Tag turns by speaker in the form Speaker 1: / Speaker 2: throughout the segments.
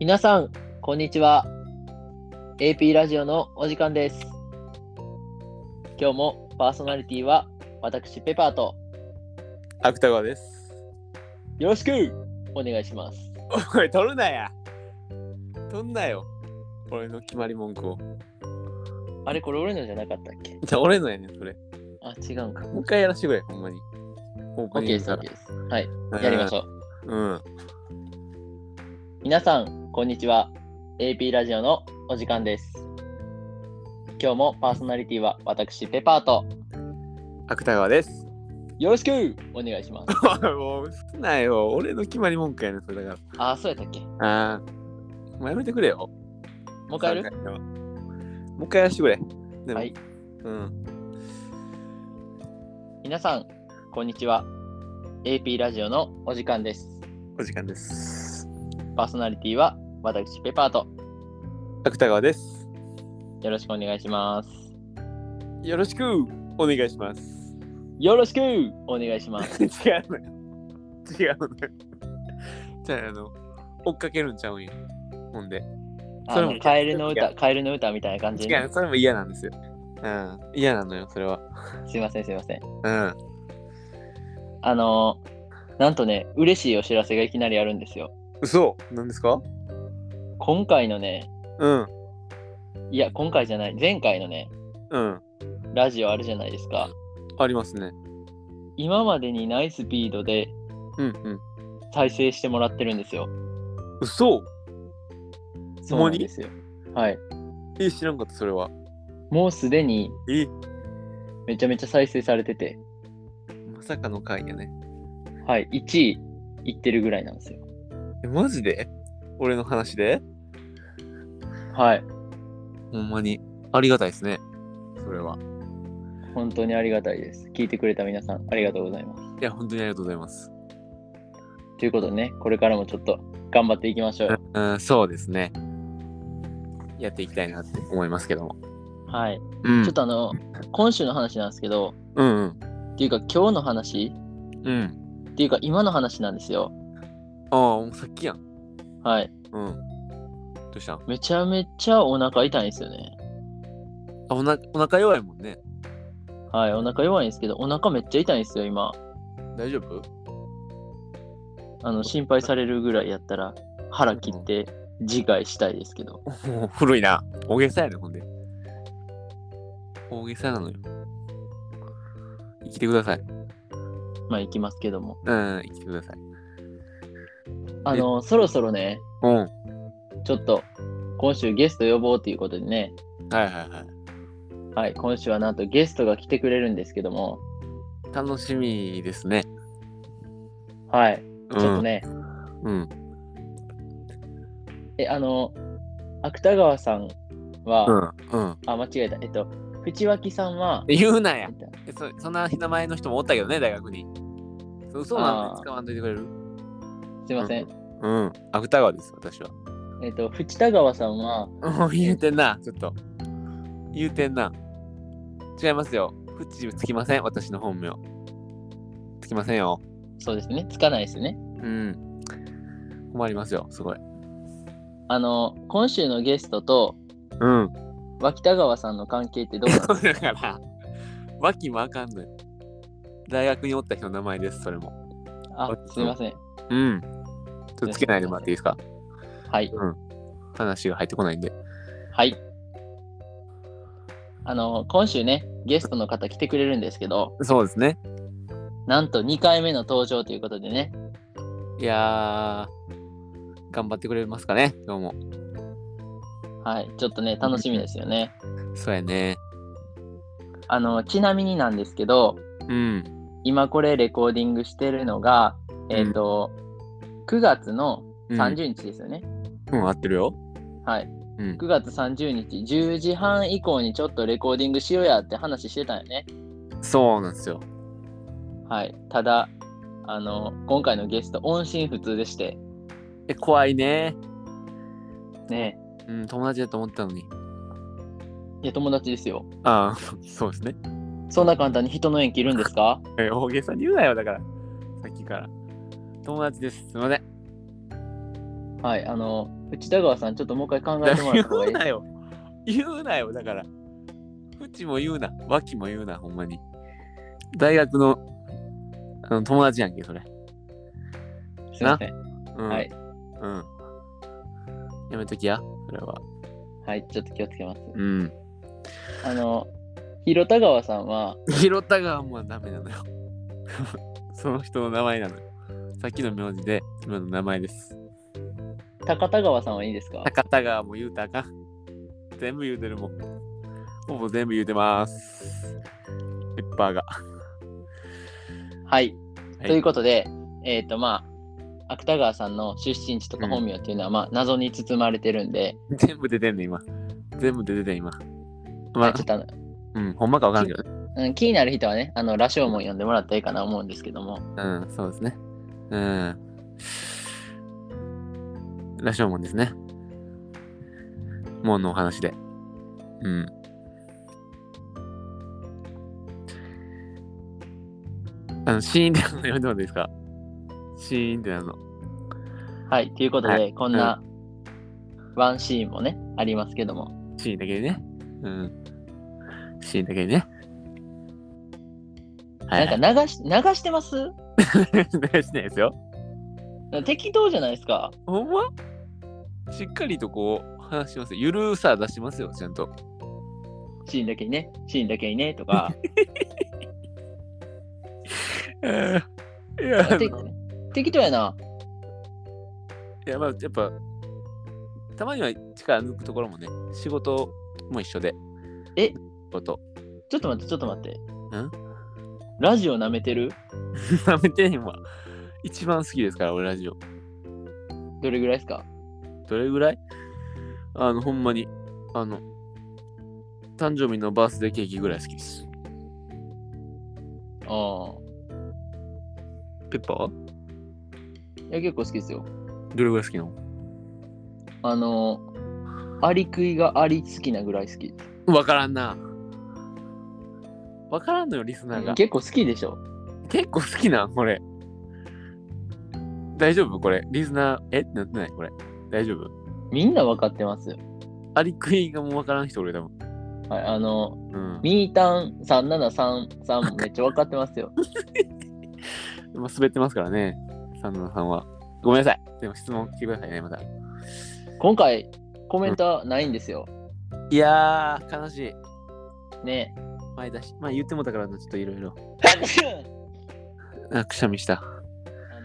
Speaker 1: 皆さん、こんにちは。AP ラジオのお時間です。今日もパーソナリティは私、ペパーと
Speaker 2: 芥川です。
Speaker 1: よろしくお願いします。
Speaker 2: おい、取るなや。取んなよ。俺の決まり文句を。
Speaker 1: あれ、これ俺のじゃなかったっけ
Speaker 2: じゃあ、俺のやねん、それ。
Speaker 1: あ、違うんか。
Speaker 2: もう一回やらしてくれ、ほんまに。オー
Speaker 1: OK です、OK です。はい、やりましょう。
Speaker 2: う。うん。
Speaker 1: 皆さん、こんにちは。AP ラジオのお時間です。今日もパーソナリティは私、ペパーと
Speaker 2: 芥川です。
Speaker 1: よろしくお願いします。
Speaker 2: おい、もう、すなよ。俺の決まり文句やねん、それだか
Speaker 1: あ、そうやったっけも
Speaker 2: ら。ああ。もうやめてくれよ。
Speaker 1: う
Speaker 2: も
Speaker 1: 一回やる
Speaker 2: もう一回やらしてくれ。でも
Speaker 1: はい。
Speaker 2: うん。
Speaker 1: 皆さん、こんにちは。AP ラジオのお時間です。
Speaker 2: お時間です。
Speaker 1: パーソナリティは私、ペパーと
Speaker 2: 芥川です。
Speaker 1: よろしくお願いします。
Speaker 2: よろしくお願いします。
Speaker 1: よろしくお願いし ます。
Speaker 2: 違うのよ。違うのよ。じゃあ、あの、追っかけるんちゃうんよ。ほんで。
Speaker 1: あ
Speaker 2: それ
Speaker 1: の
Speaker 2: も
Speaker 1: カエルの
Speaker 2: い
Speaker 1: 歌、
Speaker 2: や
Speaker 1: カエルの歌みたいな感じ
Speaker 2: 違
Speaker 1: で
Speaker 2: う、それも嫌なんですよ。うん。嫌なのよ、それは。
Speaker 1: すいません、すいません。
Speaker 2: うん。
Speaker 1: あのー、なんとね、嬉しいお知らせがいきなりあるんですよ。
Speaker 2: 嘘なんですか
Speaker 1: 今回のね、
Speaker 2: うん。
Speaker 1: いや、今回じゃない、前回のね、
Speaker 2: うん。
Speaker 1: ラジオあるじゃないですか。
Speaker 2: ありますね。
Speaker 1: 今までにないスピードで
Speaker 2: うんうん。
Speaker 1: 再生してもらってるんですよ。
Speaker 2: 嘘
Speaker 1: そうなんですよ。はい。
Speaker 2: え、知らんかった、それは。
Speaker 1: もうすでに
Speaker 2: え、
Speaker 1: めちゃめちゃ再生されてて、
Speaker 2: まさかの回やね。
Speaker 1: はい、1位いってるぐらいなんですよ。
Speaker 2: え、マジで俺の話で
Speaker 1: はい。
Speaker 2: ほんまに。ありがたいですね。それは。
Speaker 1: 本当にありがたいです。聞いてくれた皆さん、ありがとうございます。
Speaker 2: いや、本当にありがとうございます。
Speaker 1: ということでね、これからもちょっと頑張っていきましょう。
Speaker 2: うん、そうですね。やっていきたいなって思いますけども。
Speaker 1: はい。
Speaker 2: うん
Speaker 1: ちょっとあの、今週の話なんですけど、
Speaker 2: うんうん。
Speaker 1: っていうか今日の話
Speaker 2: うん。
Speaker 1: っていうか今の話なんですよ。
Speaker 2: ああ、もうさっきやん。
Speaker 1: はい。
Speaker 2: うん。どうしたんあ、
Speaker 1: めちゃめちゃお腹痛いんですよね。
Speaker 2: おなお腹弱いもんね。
Speaker 1: はい。お腹弱いんですけど、お腹めっちゃ痛いんですよ、今。
Speaker 2: 大丈夫
Speaker 1: あの、心配されるぐらいやったら、腹切って自害したいですけど。
Speaker 2: もう古いな。大げさやね、ほんで。大げさなのよ。生きてください。
Speaker 1: まあ、行きますけども。
Speaker 2: うん、生きてください。
Speaker 1: あの、そろそろね、
Speaker 2: うん。
Speaker 1: ちょっと、今週ゲスト呼ぼうということでね、
Speaker 2: はいはいはい。
Speaker 1: はい、今週はなんとゲストが来てくれるんですけども、
Speaker 2: 楽しみですね。
Speaker 1: はい、
Speaker 2: う
Speaker 1: ちょ
Speaker 2: ん、
Speaker 1: っと。ね、
Speaker 2: うん。
Speaker 1: え、あの、芥川さんは、
Speaker 2: うん。うん。
Speaker 1: あ、間違えた、えっと、藤脇さんは、
Speaker 2: 言うなや
Speaker 1: えっ。と
Speaker 2: えそそんな名前の人もおったけどね、大学に。そ嘘なんで使わんといてくれる
Speaker 1: すいません、
Speaker 2: うん。芥川です、私は。
Speaker 1: えっと、藤田川さんは、
Speaker 2: もう言うてん な、ちょっと。言うてんな。違いますよ。フッチつきません、私の本名。つきませんよ。
Speaker 1: そうですね、つかないですね。
Speaker 2: うん。困りますよ、すごい。
Speaker 1: あの、今週のゲストと
Speaker 2: うん。
Speaker 1: 脇田川さんの関係ってどうなんですか
Speaker 2: だから、脇もあかんのよ。大学におった人の名前です、それも。
Speaker 1: あ、すいません。
Speaker 2: うん。ちょっとつけないでもらっていいですか
Speaker 1: はい、
Speaker 2: 話が入ってこないんで。
Speaker 1: はい。あの、今週ね、ゲストの方来てくれるんですけど、
Speaker 2: そうですね。
Speaker 1: なんと2回目の登場ということでね、
Speaker 2: いやー、頑張ってくれますかね、どうも。
Speaker 1: はい、ちょっとね、楽しみですよね。
Speaker 2: そうやね。
Speaker 1: あの、ちなみになんですけど、
Speaker 2: うん。
Speaker 1: 今これレコーディングしてるのが、えっ、と、9月の
Speaker 2: うん、
Speaker 1: 30日ですよね。
Speaker 2: うん、合ってるよ。
Speaker 1: はい。
Speaker 2: うん。
Speaker 1: 9月30日、10時半以降にちょっとレコーディングしようやって話してたんよね。
Speaker 2: そうなんですよ。
Speaker 1: はい。ただ、あの、今回のゲスト、音信不通でして、
Speaker 2: え、怖いね。
Speaker 1: ね、
Speaker 2: うん、友達だと思ったのに。
Speaker 1: いや、友達ですよ。
Speaker 2: ああ、 そうですね。
Speaker 1: そんな簡単に人の縁切るんですか
Speaker 2: え、大げさに言うなよ、だから。さっきから。友達です。すいません。
Speaker 1: はい、あの、内田川さん、ちょっともう一回考えてもら
Speaker 2: 言
Speaker 1: った方が
Speaker 2: う
Speaker 1: いい。
Speaker 2: なよ。言うなよ、だから。フチも言うな。ワキも言うな、ほんまに。大学のあの友達やんけ、それ。
Speaker 1: すいません。
Speaker 2: うん、
Speaker 1: はい。
Speaker 2: うん。やめときや、それは。
Speaker 1: はい、ちょっと気をつけます。
Speaker 2: うん。
Speaker 1: あの、広田川さんは、
Speaker 2: 広田川もダメなのよ。 その人の名前なのよ。さっきの名字で、今の名前です。
Speaker 1: 高田川さんはいいですか
Speaker 2: 高田川も言うたらあかん。全部言うてるもん。ほぼ全部言うてます。ペッパーが。
Speaker 1: はい。
Speaker 2: はい
Speaker 1: ということで、えっ、と、まあ、芥川さんの出身地とか
Speaker 2: うん
Speaker 1: 本名っていうのは、まあ、謎に包まれてるんで、
Speaker 2: 全部出てんね今。全部出てて今。ま
Speaker 1: ま
Speaker 2: あ
Speaker 1: あ、ちょっ、とあの、
Speaker 2: うん、ほんまかわからんけどね。
Speaker 1: うん、気になる人はね、あの、羅生門読んでもらったらいいかな思うんですけども、
Speaker 2: うん、そうですね。うん。羅生門ですね。門のお話で。うん。あの、シーンってなの読んでもらっていいですかシーンってなの。
Speaker 1: はい。ということで、
Speaker 2: は
Speaker 1: こんな、ワンシーンもね、ありますけども、
Speaker 2: シーンだけにね。うん。シーンだけにね。はい。
Speaker 1: なんか流し、流してます
Speaker 2: 流してないですよ。
Speaker 1: 適当じゃないですか。
Speaker 2: ほんましっかりとこう話しますよ。ゆるさ出しますよ、ちゃんと。
Speaker 1: シーンだけにね、シーンだけにね、と か。
Speaker 2: いや、あの
Speaker 1: て
Speaker 2: い
Speaker 1: 適当やな。
Speaker 2: やまあ、やっぱ、たまには力抜くところもね、仕事も一緒で。
Speaker 1: え
Speaker 2: こと。
Speaker 1: ちょっと待って、ちょっと待って。
Speaker 2: ん
Speaker 1: ラジオ舐めてる
Speaker 2: やめてへんわ。一番好きですから、俺ラジオ。
Speaker 1: どれぐらいですか
Speaker 2: どれぐらいあの、ほんまに、あの、誕生日のバースデーケーキぐらい好きです。
Speaker 1: ああ。
Speaker 2: ペッパーはい
Speaker 1: や、結構好きですよ。
Speaker 2: どれぐらい好きなの
Speaker 1: あの、アリ食いがアリ好きなぐらい好き。
Speaker 2: わからんな。わからんのよ、リスナーが。
Speaker 1: 結構好きでしょ。
Speaker 2: 結構好きなんこれ。大丈夫これ。リスナー、えってなってないこれ。大丈夫
Speaker 1: みんな分かってますよ。
Speaker 2: アリクイがもうわからん人俺多分。
Speaker 1: はい、あの、
Speaker 2: うん。
Speaker 1: ミータン3733もめっちゃ分かって ますよ。
Speaker 2: まあ、滑ってますからね、サンドさんは。ごめんなさい。でも質問聞いてくださいね、また。
Speaker 1: 今回、コメントはないんですよ。
Speaker 2: いやー、悲しい。
Speaker 1: ね。
Speaker 2: 前出し、前言ってもうたからな、ちょっといろいろ。あ、くしゃみした。
Speaker 1: あ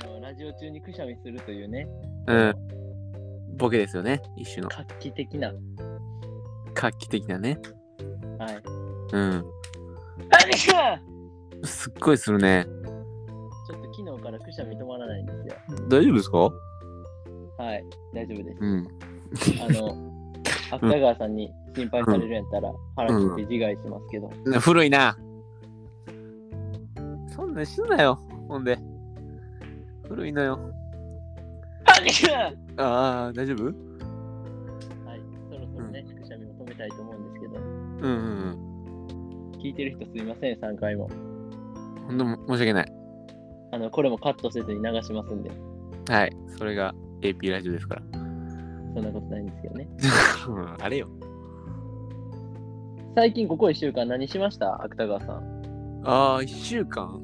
Speaker 1: の、ラジオ中にくしゃみするというね、
Speaker 2: うん。ボケですよね、一種の。
Speaker 1: 画期的な。
Speaker 2: 画期的なね。
Speaker 1: はい。
Speaker 2: うん。
Speaker 1: ちょ
Speaker 2: すっごいするね。
Speaker 1: っと昨日からくしゃみ止まらないんですよ。
Speaker 2: 大丈夫ですか
Speaker 1: はい、大丈夫です。
Speaker 2: うん。
Speaker 1: あの、芥川さんに心配されるんやったら、腹切って自害しますけど。
Speaker 2: な古いな。そんなんすんなよ、ほんで。古いのよ。ああ、大丈夫うん
Speaker 1: はい、そろそろね、くしゃみも止めたいと思うんですけど、
Speaker 2: うん
Speaker 1: 聞いてる人すいません、3回も。
Speaker 2: うん。ほんとも申し訳ない。
Speaker 1: あの、これもカットせずに流しますんで、
Speaker 2: はい、それが AP ラジオですから。
Speaker 1: そんなことないんですけどね。
Speaker 2: うん あれよ。
Speaker 1: 最近ここ1週間何しました芥川さん。
Speaker 2: ああ、1週間。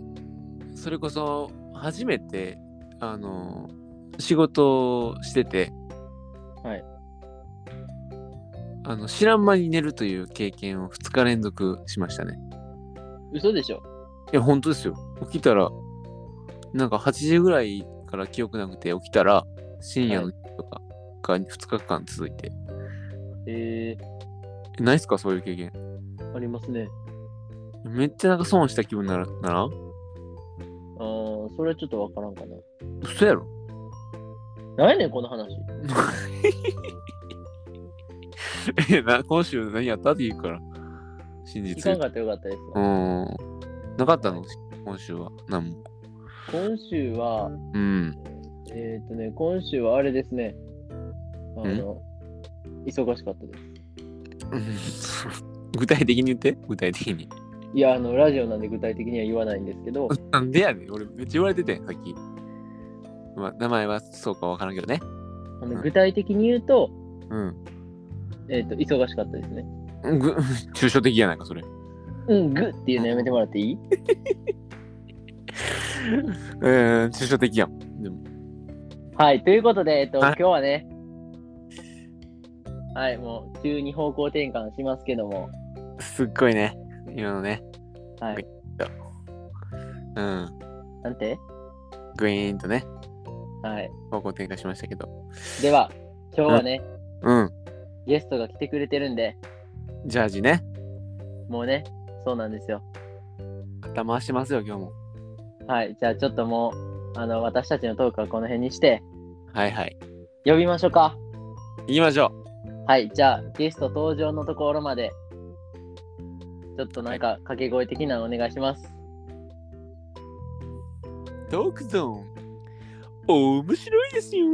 Speaker 2: それこそ、初めて、あのー仕事をしてて、
Speaker 1: はい。
Speaker 2: あの、知らん間に寝るという経験を2日連続しましたね。
Speaker 1: 嘘でしょ
Speaker 2: いや、本当ですよ。起きたら、なんか8時ぐらいから記憶なくて起きたら、深夜の
Speaker 1: は
Speaker 2: とかが2日間続いて。
Speaker 1: え
Speaker 2: えないっすかそういう経験。
Speaker 1: ー、ありますね。
Speaker 2: めっちゃなんか損した気分なら、ならん
Speaker 1: あー、それはちょっとわからんかな。
Speaker 2: 嘘やろ
Speaker 1: 何やねん、この話。
Speaker 2: え、な、今週何やったって言うから。真
Speaker 1: い
Speaker 2: 実。
Speaker 1: かん
Speaker 2: う
Speaker 1: かったらよかったです。
Speaker 2: ーん。なかったの今週は。なんも。
Speaker 1: 今週は、
Speaker 2: うん。
Speaker 1: えーっ、とね、今週はあれですね。あの、忙しかったです。
Speaker 2: 具体的に言って具体的に。
Speaker 1: いや、あの、ラジオなんで具体的には言わないんですけど、
Speaker 2: なんでやねん。俺、めっちゃ言われててん、さっき。まあ、名前はそうかわからんけどね。
Speaker 1: あの
Speaker 2: うん
Speaker 1: 具体的に言うと,、
Speaker 2: うん。
Speaker 1: えっと忙しかったですね。
Speaker 2: ぐ、 抽象的やないか、それ。
Speaker 1: うん、ぐっていうのやめてもらっていい
Speaker 2: うん、抽象的やん。でも、
Speaker 1: はい、ということで、えっと、
Speaker 2: はい
Speaker 1: 今日はね、はい、もう急に方向転換しますけども、
Speaker 2: すっごいね。今のね。
Speaker 1: はい、
Speaker 2: うん。
Speaker 1: なんて
Speaker 2: グイーンとね、
Speaker 1: はい。
Speaker 2: 方向転換しましたけど。
Speaker 1: では、今日はね、
Speaker 2: うん。
Speaker 1: ゲストが来てくれてるんで、
Speaker 2: ジャージね。
Speaker 1: もうね、そうなんですよ。
Speaker 2: 肩回してますよ、今日も。
Speaker 1: はい、じゃあちょっともう、あの、私たちのトークはこの辺にして、
Speaker 2: はいはい。
Speaker 1: 呼びましょうか。
Speaker 2: 行きましょう。
Speaker 1: はい、じゃあゲスト登場のところまで、ちょっとなんか掛け声的なのお願いします。
Speaker 2: トークゾーン。面白いですよ。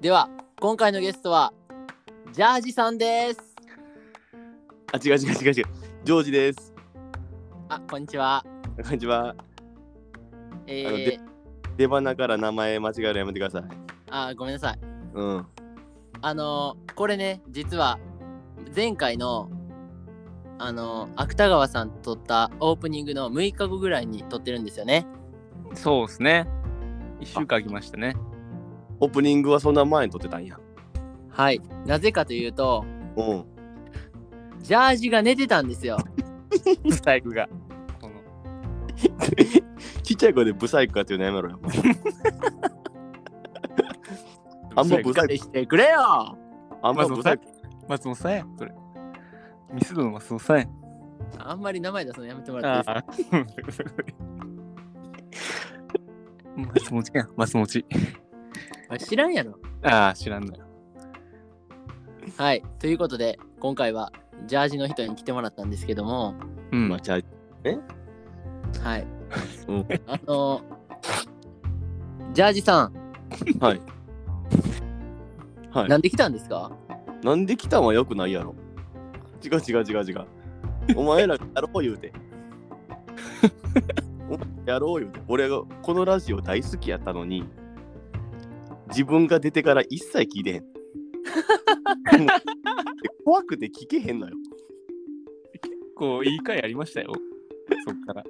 Speaker 1: では、今回のゲストは、ジャージさんです。
Speaker 2: あ、違う違う違う違う。ジョージです。
Speaker 1: あ、こんにちは。
Speaker 3: こんにちは。あの
Speaker 1: え
Speaker 3: で
Speaker 1: ー、
Speaker 3: 出花から名前間違えるのやめてください。
Speaker 1: あ、ごめんなさい。
Speaker 3: うん。
Speaker 1: あのー、これね、実は、前回の、あのー、芥川さんと撮ったオープニングの6日後ぐらいに撮ってるんですよね。
Speaker 4: そうですね。1週間空きましたね。
Speaker 3: オープニングはそんな前に撮ってたんや。
Speaker 1: はい。なぜかというと、
Speaker 3: うん。
Speaker 1: ジャージが寝てたんですよ。
Speaker 4: スタイルが。この
Speaker 3: ちっちゃい声でブサイクかっていうのやめろよ。あんまブサイク、
Speaker 1: してくれよ
Speaker 3: あんまブサイク。
Speaker 4: 松本さんや、それ。ミスドの松本さんや。
Speaker 1: あんまり名前出すのやめてもらっていい
Speaker 4: あ。 松本やん、松本。
Speaker 1: ですかあ知らんやろ。
Speaker 4: ああ、知らんのよ。
Speaker 1: はい。ということで、今回はジャージの人に来てもらったんですけども、
Speaker 4: うん。
Speaker 3: まあ、ちゃい
Speaker 1: はい。
Speaker 3: うん
Speaker 1: あのジャージさん、
Speaker 3: はい。はい
Speaker 1: なんで来たんですか
Speaker 3: なんで来たんはよくないやろ。違う違う違う違う。お前らやろう言う て。お前らやろう言うて。俺がこのラジオ大好きやったのに、自分が出てから一切聞い てへん。もう怖くて聞けへんのよ。
Speaker 4: 結構いい回ありましたよ。そっから。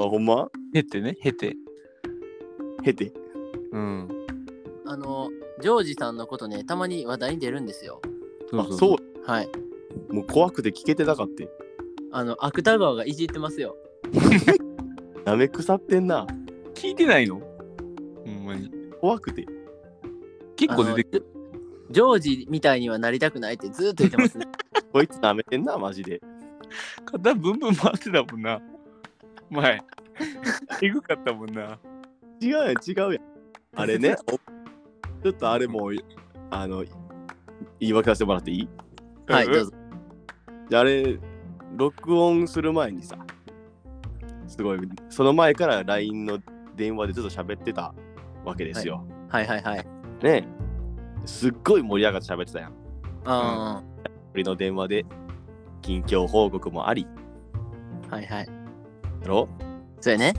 Speaker 3: あ、ほんま
Speaker 4: 経てね、経て。
Speaker 3: へて。
Speaker 4: うん。。
Speaker 1: あのジョージさんのことね、たまに話題に出るんですよ。
Speaker 3: あ、そうう。
Speaker 1: はい。
Speaker 3: もう怖くて聞けてなかった。
Speaker 1: あの、芥川がいじってますよ。
Speaker 3: なめ腐ってんな。
Speaker 4: 聞いてないのほんまに。
Speaker 3: 怖くて。
Speaker 4: 結構出てくる。
Speaker 1: あのジョージみたいにはなりたくないってずっ と言ってますね。
Speaker 3: こいつなめてんな、マジで。
Speaker 4: 肩ブンブン回ってたもんな。前。えぐかったもんな。
Speaker 3: 違うやん、違 うやん。あれね。おちょっとあれもう、あの、言い訳させてもらっていい
Speaker 1: はい、
Speaker 4: うん
Speaker 1: どうぞ。
Speaker 3: であれ、録音する前にさ、すごい、その前から LINE の電話でずっと喋ってたわけですよ。
Speaker 1: はいはいはい。
Speaker 3: ねすっごい盛り上がって喋ってたやん。
Speaker 1: あ
Speaker 3: 俺の電話で、近況報告もあり。
Speaker 1: ーはいはい。
Speaker 3: だろ
Speaker 1: そうやね。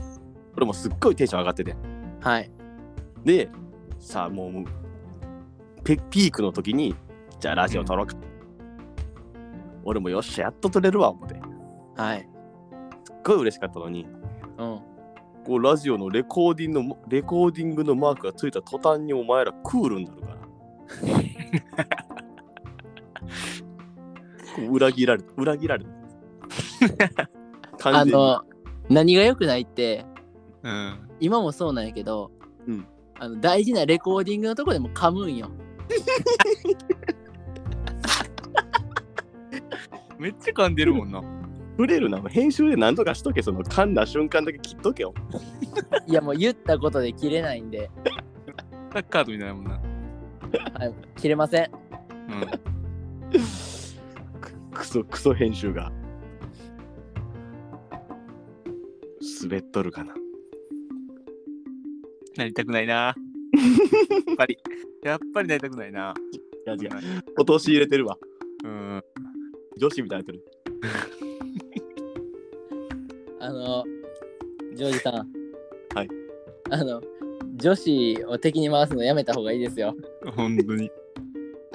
Speaker 3: 俺もすっごいテンション上がってて。
Speaker 1: はい。
Speaker 3: で、さあもうもう、ペピークの時に、じゃあラジオ撮ろうか。俺もよっしゃ、やっと撮れるわ、思って。す
Speaker 1: はい。
Speaker 3: っごい嬉しかったのに、
Speaker 1: うん。
Speaker 3: こうラジオのレコーディングの、レコーディングのマークがついた途端にお前らクールになるから。こう裏切られた、裏切られた。
Speaker 1: あ
Speaker 3: 完全に
Speaker 1: の、何が良くないって、
Speaker 4: うん。
Speaker 1: 今もそうなんやけど、
Speaker 3: うん
Speaker 1: あの大事なレコーディングのとこでも噛むんよ。
Speaker 4: めっちゃ噛んでるもんな。
Speaker 3: 触れるな。編集で何とかしとけ、その噛んだ瞬間だけ切っとけよ。
Speaker 1: いやもう言ったことで切れないんで、
Speaker 4: サッカードみたいなもんな。
Speaker 1: はい、切れません。
Speaker 4: うん。
Speaker 3: クソクソ編集が滑っとるかな
Speaker 4: なりたくないな。やっぱり。やっぱりなりたくないな。
Speaker 3: 落とし入れてるわ
Speaker 2: うん。
Speaker 3: 女子みたいになってる。
Speaker 1: あの、ジョージさん。
Speaker 3: はい。
Speaker 1: あの、女子を敵に回すのやめた方がいいですよ。
Speaker 2: 本当に。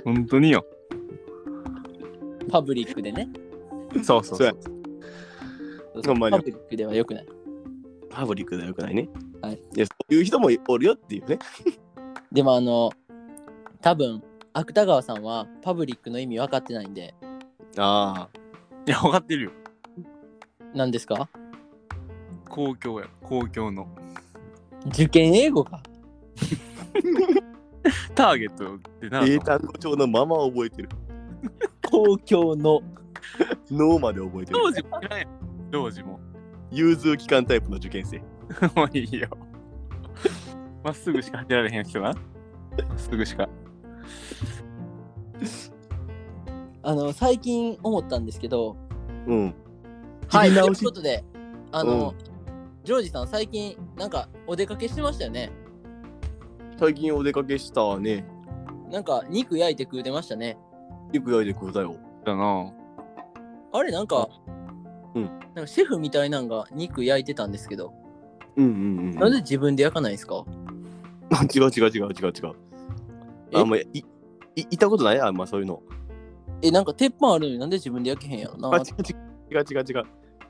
Speaker 2: 本当によ。
Speaker 1: パブリックでね。
Speaker 5: そうそうそう。
Speaker 3: ほんまに
Speaker 1: パブリックではよくない。
Speaker 3: パブリックではよくないね。
Speaker 1: はい。
Speaker 3: いや、そういう人もおるよっていうね。
Speaker 1: でもあの、多分芥川さんはパブリックの意味分かってないんで、
Speaker 3: あ
Speaker 2: いや、分かってるよ。
Speaker 1: 何ですか
Speaker 2: 公共や。公共の。
Speaker 1: 受験英語か。
Speaker 2: ターゲットって
Speaker 3: あ
Speaker 2: な。
Speaker 3: 英単語帳のまま覚えてる。
Speaker 1: 公共の。
Speaker 3: 脳まで覚えてる。
Speaker 2: 当時もいらんやん。当時も。
Speaker 3: 融通機関タイプの受験生。
Speaker 2: もういいよ。まっすぐしか走られへん人な。まっすぐしか。
Speaker 1: あの、最近思ったんですけど、
Speaker 3: うん。
Speaker 1: はい、と
Speaker 3: 切り
Speaker 1: い
Speaker 3: 直
Speaker 1: う
Speaker 3: し
Speaker 1: ことで、あの、ジョージさん、最近、なんか、お出かけしてましたよね。
Speaker 3: 最近お出かけしたわね。
Speaker 1: なんか、肉焼いて食うてましたね。
Speaker 3: よくやいでくだよ。
Speaker 2: だな。
Speaker 1: あれ、なんか、
Speaker 3: うん
Speaker 1: なんかシェフみたいなんが肉焼いてたんですけど、
Speaker 3: うんうん
Speaker 1: なんで自分で焼かないんですか
Speaker 3: 違う違う違う違う違う。
Speaker 1: え
Speaker 3: あんまい、い、行ったことないあんまそういうの。
Speaker 1: え、なんか、鉄板あるのになんで自分で焼けへんやろな
Speaker 3: あ、違。う違う違う違う違う。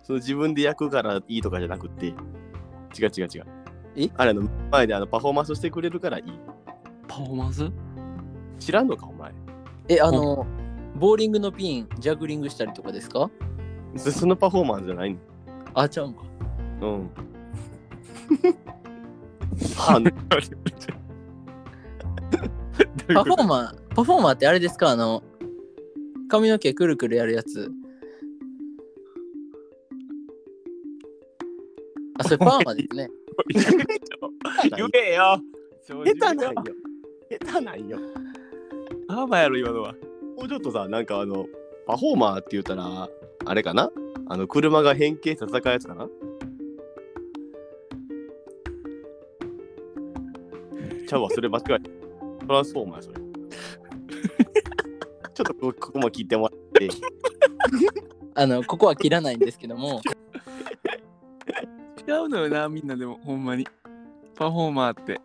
Speaker 3: その自分で焼くからいいとかじゃなくて。違う違う違う。
Speaker 1: え
Speaker 3: あれの前であのパフォーマンスしてくれるからいい。
Speaker 2: パフォーマンス
Speaker 3: 知らんのかお前。
Speaker 1: え、あの、ボーリングのピン、ジャグリングしたりとかですか
Speaker 3: そそのパフォーマンスじゃないの。
Speaker 1: あ、ちゃうんか。
Speaker 3: うん。あの
Speaker 1: パフォーマー、パフォーマーってあれですかあの、髪の毛くるくるやるやつ。あ、それパーマですね。
Speaker 3: 言
Speaker 2: えよ
Speaker 3: 下手なんよ。下手なんよ。
Speaker 2: パーマやろ、今のは。
Speaker 3: もうちょっとさ、なんかあの、パフォーマーって言ったら、あれかなあの、車が変形して戦うやつかなちゃうわ、それ間違えた。トランスフォーマーや、それ。 ちょっとこここも聞いてもらって。
Speaker 1: あの、ここは切らないんですけども、
Speaker 2: 違うのよな、みんなでも、ほんまに。パフォーマーって。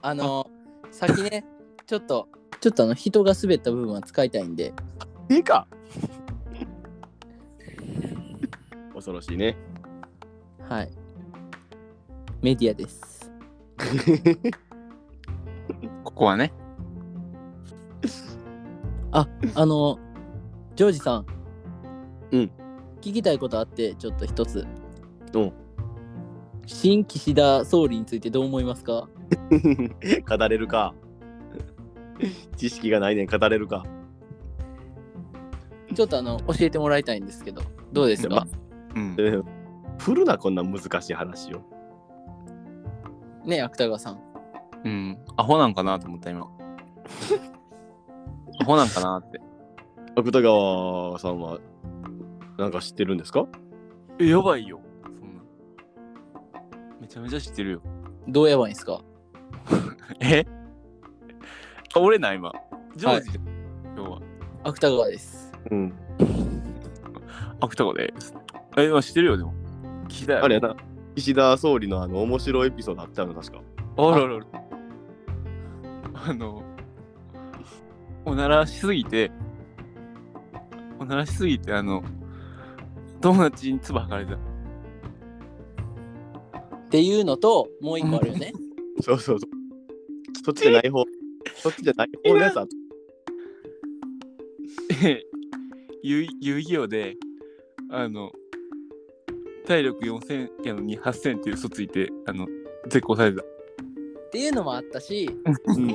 Speaker 1: あの、先ね、ちょっと、ちょっとあの、人が滑った部分は使いたいんで、
Speaker 3: ええか恐ろしいね。
Speaker 1: はい。メディアです。
Speaker 2: ここはね。
Speaker 1: あの、ジョージさん。
Speaker 3: うん。
Speaker 1: 聞きたいことあって、ちょっと一つ。
Speaker 3: うん
Speaker 1: 新岸田総理についてどう思いますか
Speaker 3: 語れるか。知識がないねん、語れるか。
Speaker 1: ちょっとあの教えてもらいたいんですけど、どうですか
Speaker 2: うん。
Speaker 3: えー振るな、こんな難しい話を。
Speaker 1: ね芥川さん。
Speaker 2: うん。アホなんかなと思った、今。アホなんかなって。
Speaker 3: 芥川さんはなんか知ってるんですか
Speaker 2: え、やばいよ。そんな。めちゃめちゃ知ってるよ。
Speaker 1: どうやばいんですか
Speaker 2: え 俺な、今。ジョージ、今日は。
Speaker 1: 芥川です。
Speaker 3: うん。
Speaker 2: アクタゴです。え、今知ってるよ、でも。聞いたよ。
Speaker 3: あれやな、岸田総理のあの面白いエピソードあったの確か。
Speaker 2: あららら。あの、おならしすぎて、おならしすぎて、あの、友達に唾吐かれた。
Speaker 1: っていうのと、もう一個あるよね。
Speaker 3: そうそうそう。そっちじゃない方、そっちじゃない方のやつあっ
Speaker 2: え遊遊戯王で、あの、体力4000やのに8000っていう嘘ついて、あの、絶好された。
Speaker 1: っていうのもあったし、
Speaker 3: た。うん。も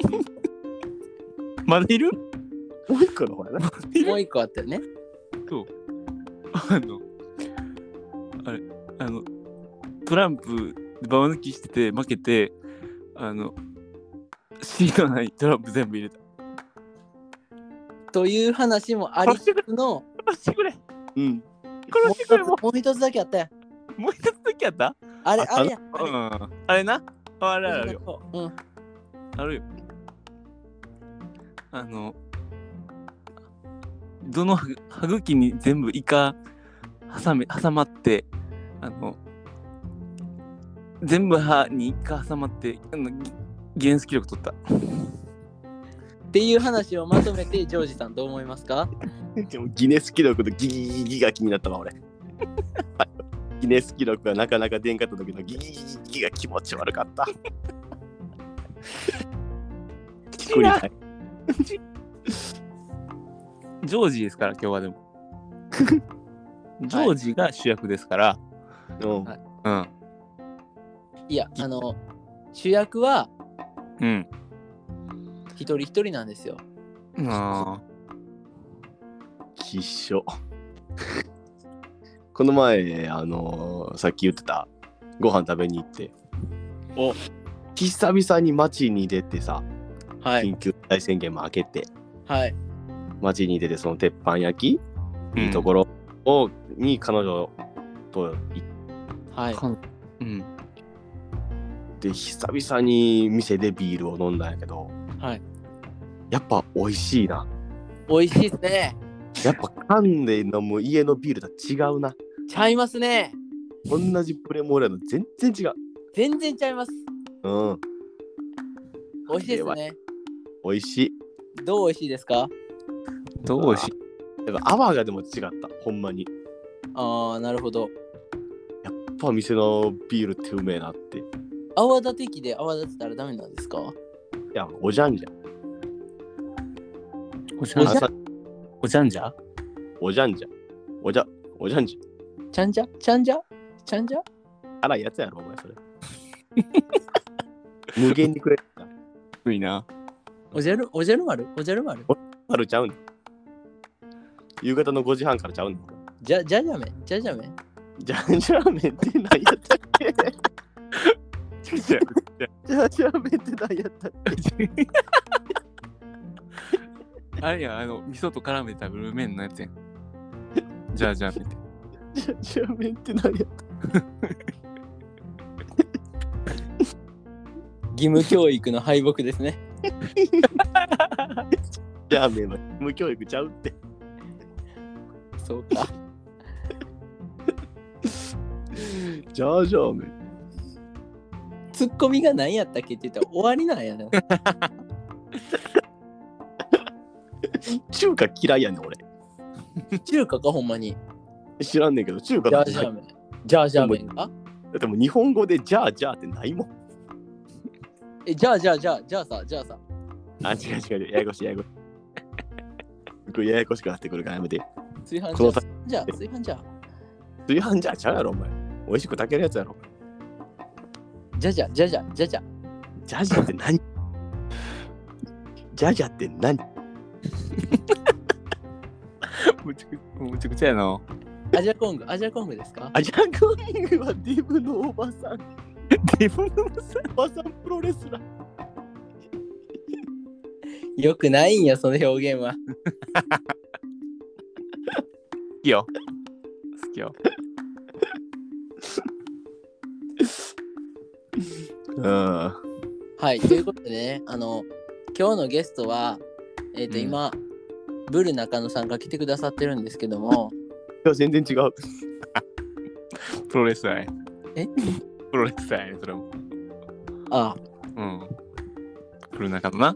Speaker 2: まだいる
Speaker 3: う一個の方やな。
Speaker 1: もう一個あったよね。
Speaker 2: あの、あれ、あの、トランプ、ババ抜きしてて、負けて、あの、シートないトランプ全部入れた。
Speaker 1: という話もありつつ の、も
Speaker 2: 殺してくれ
Speaker 3: うん。
Speaker 1: う
Speaker 2: 殺して
Speaker 1: 一
Speaker 2: く
Speaker 1: つ
Speaker 2: れも
Speaker 1: もう一つだけあったよ。
Speaker 2: うもう一つだけやった
Speaker 1: あれ、
Speaker 3: あ
Speaker 1: あれや。あ
Speaker 2: う
Speaker 1: れ
Speaker 2: ん。あれなあれあるあるよ。
Speaker 1: うん。
Speaker 2: あるよ。あの、どの歯歯茎に全部イカ挟め挟まってあの全部歯にイカ挟まってあのぎギネス記録取った
Speaker 1: っていう話をまとめて、ジョージさんどう思いますか
Speaker 3: でもギネス記録とギギギギギが気になったわ俺ギネス記録がなかなか出んかった時のギギギギギが気持ち悪かった聞くに耐え
Speaker 2: ジョージですから今日はで もジョージが主役ですから、
Speaker 3: うん
Speaker 6: はい
Speaker 1: いや、あの、主役は
Speaker 2: うん
Speaker 1: 一人一人なんですよ。
Speaker 2: うんあ
Speaker 3: きっしょ この前あのーさっき言ってたご飯食べに行って
Speaker 1: お
Speaker 3: 久々に街に出てさ
Speaker 1: はい。
Speaker 3: 緊急事態宣言も明けて
Speaker 1: はい。
Speaker 3: 街に出てその鉄板焼き
Speaker 2: ー
Speaker 3: いいところを、に彼女と行
Speaker 1: はい。
Speaker 2: かんうん
Speaker 3: って久々に店でビールを飲んだんやけど
Speaker 1: はい。
Speaker 3: やっぱ美味しいな
Speaker 1: 美味しいっすね。
Speaker 3: やっぱ缶で飲む家のビールとは違うな
Speaker 1: ちゃいますね。
Speaker 3: 同じプレモールやの全然違
Speaker 1: 全然ちゃいます。
Speaker 3: ううん
Speaker 1: 美味しいですね。
Speaker 3: 美味しい
Speaker 1: どう美味しいですか
Speaker 2: どうし
Speaker 3: やっぱ泡がでも違ったほんまに
Speaker 1: ああ、なるほど。
Speaker 3: やっぱ店のビールってうめえなってい
Speaker 1: 泡立て器で泡立てたらダメなんですか
Speaker 3: やおじゃんじゃん
Speaker 2: おじゃん
Speaker 3: あ
Speaker 2: じゃ
Speaker 3: さ
Speaker 2: おじゃんじゃ
Speaker 3: おじゃんじゃんおじゃおじゃんじ
Speaker 1: ちゃんじゃちゃんじゃちゃんじゃ
Speaker 3: ゃんあらやつやろお 前それ無限にくれるな
Speaker 2: 低いな
Speaker 1: おじゃる、おじゃる丸おじゃる丸
Speaker 3: あるちゃうん夕方の5時半からちゃうん
Speaker 1: じゃ、じゃじゃめじゃじゃめ
Speaker 3: じゃんじゃん麺って何やったっけじゃんじゃん麺って何やったっけ
Speaker 2: あれや、あの、味噌と絡めて食べる麺のや つやん。じゃあじゃあ見て。
Speaker 3: じゃんじゃん麺って何やったっ
Speaker 1: 義務教育の敗北ですね。
Speaker 3: けじゃん麺は無教育ちゃうって
Speaker 1: そうか。
Speaker 3: じゃんじゃん麺
Speaker 1: ツッコミが何やったっけって言ったら終わりなんやな。
Speaker 3: 中華嫌いやねん俺
Speaker 1: 中華かほんまに。
Speaker 3: 知らんねんけど中華
Speaker 1: ジャ
Speaker 3: だ
Speaker 1: ージャー
Speaker 3: ってない
Speaker 1: 麺。ジャージャー麺か
Speaker 3: だってもう日本語でじゃあじゃあってないもん
Speaker 1: え、じゃあじゃあじゃあじゃあさ、じゃあさ。
Speaker 3: あ、違う違う違う、ややこしいややこしい。これややこしくなってくるからやめて。
Speaker 1: 炊飯
Speaker 3: この
Speaker 1: じゃあじゃあ、炊飯じゃあ。
Speaker 3: 炊飯じゃちゃうやろ、お前。美味しく炊けるやつやろ。お前
Speaker 1: じゃじゃじゃじゃじゃじゃ。
Speaker 3: じゃじゃって何じゃじゃって何
Speaker 2: むちゃくむちゃくちゃやな。
Speaker 1: アジアコング、アジアコングですか
Speaker 3: アジャコングはデブのおばさん。
Speaker 2: デブの
Speaker 3: おばさんプロレスラー。
Speaker 1: よくないんや、その表現は。
Speaker 2: 好きよ。好きよ。
Speaker 3: うん。
Speaker 1: はい、ということでね、あの、今日のゲストは、えっ、と、
Speaker 2: うん
Speaker 1: 今、ブル中野さんが来てくださってるんですけども、
Speaker 3: いや、全然違う。
Speaker 2: プロレスラーや。
Speaker 1: え
Speaker 2: プロレスラーや、それも。
Speaker 1: あ
Speaker 2: うん。プルナカと な。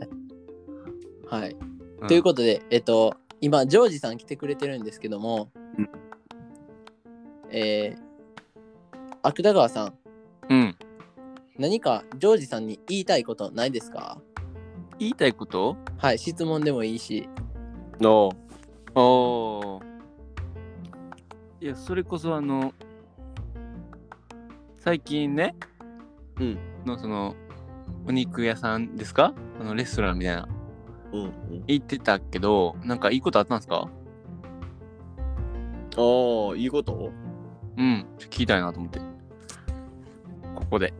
Speaker 1: あはい。
Speaker 2: ん
Speaker 1: ということで、えっ、と、今、ジョージさん来てくれてるんですけども、
Speaker 2: うん
Speaker 1: えー、芥川さん、
Speaker 2: うん。
Speaker 1: 何かジョージさんに言いたいことないですか
Speaker 2: 言いたいこと
Speaker 1: はい、質問でもいいし。
Speaker 3: の、
Speaker 2: おーいや、それこそあの、最近ね、
Speaker 3: うん。
Speaker 2: のその、お肉屋さんですかあのレストランみたいな。
Speaker 3: うん、
Speaker 2: 行ってたけど、なんかいいことあったんですか
Speaker 3: ああ、いいこと
Speaker 2: うん、ちょっと聞きたいなと思って。ここで。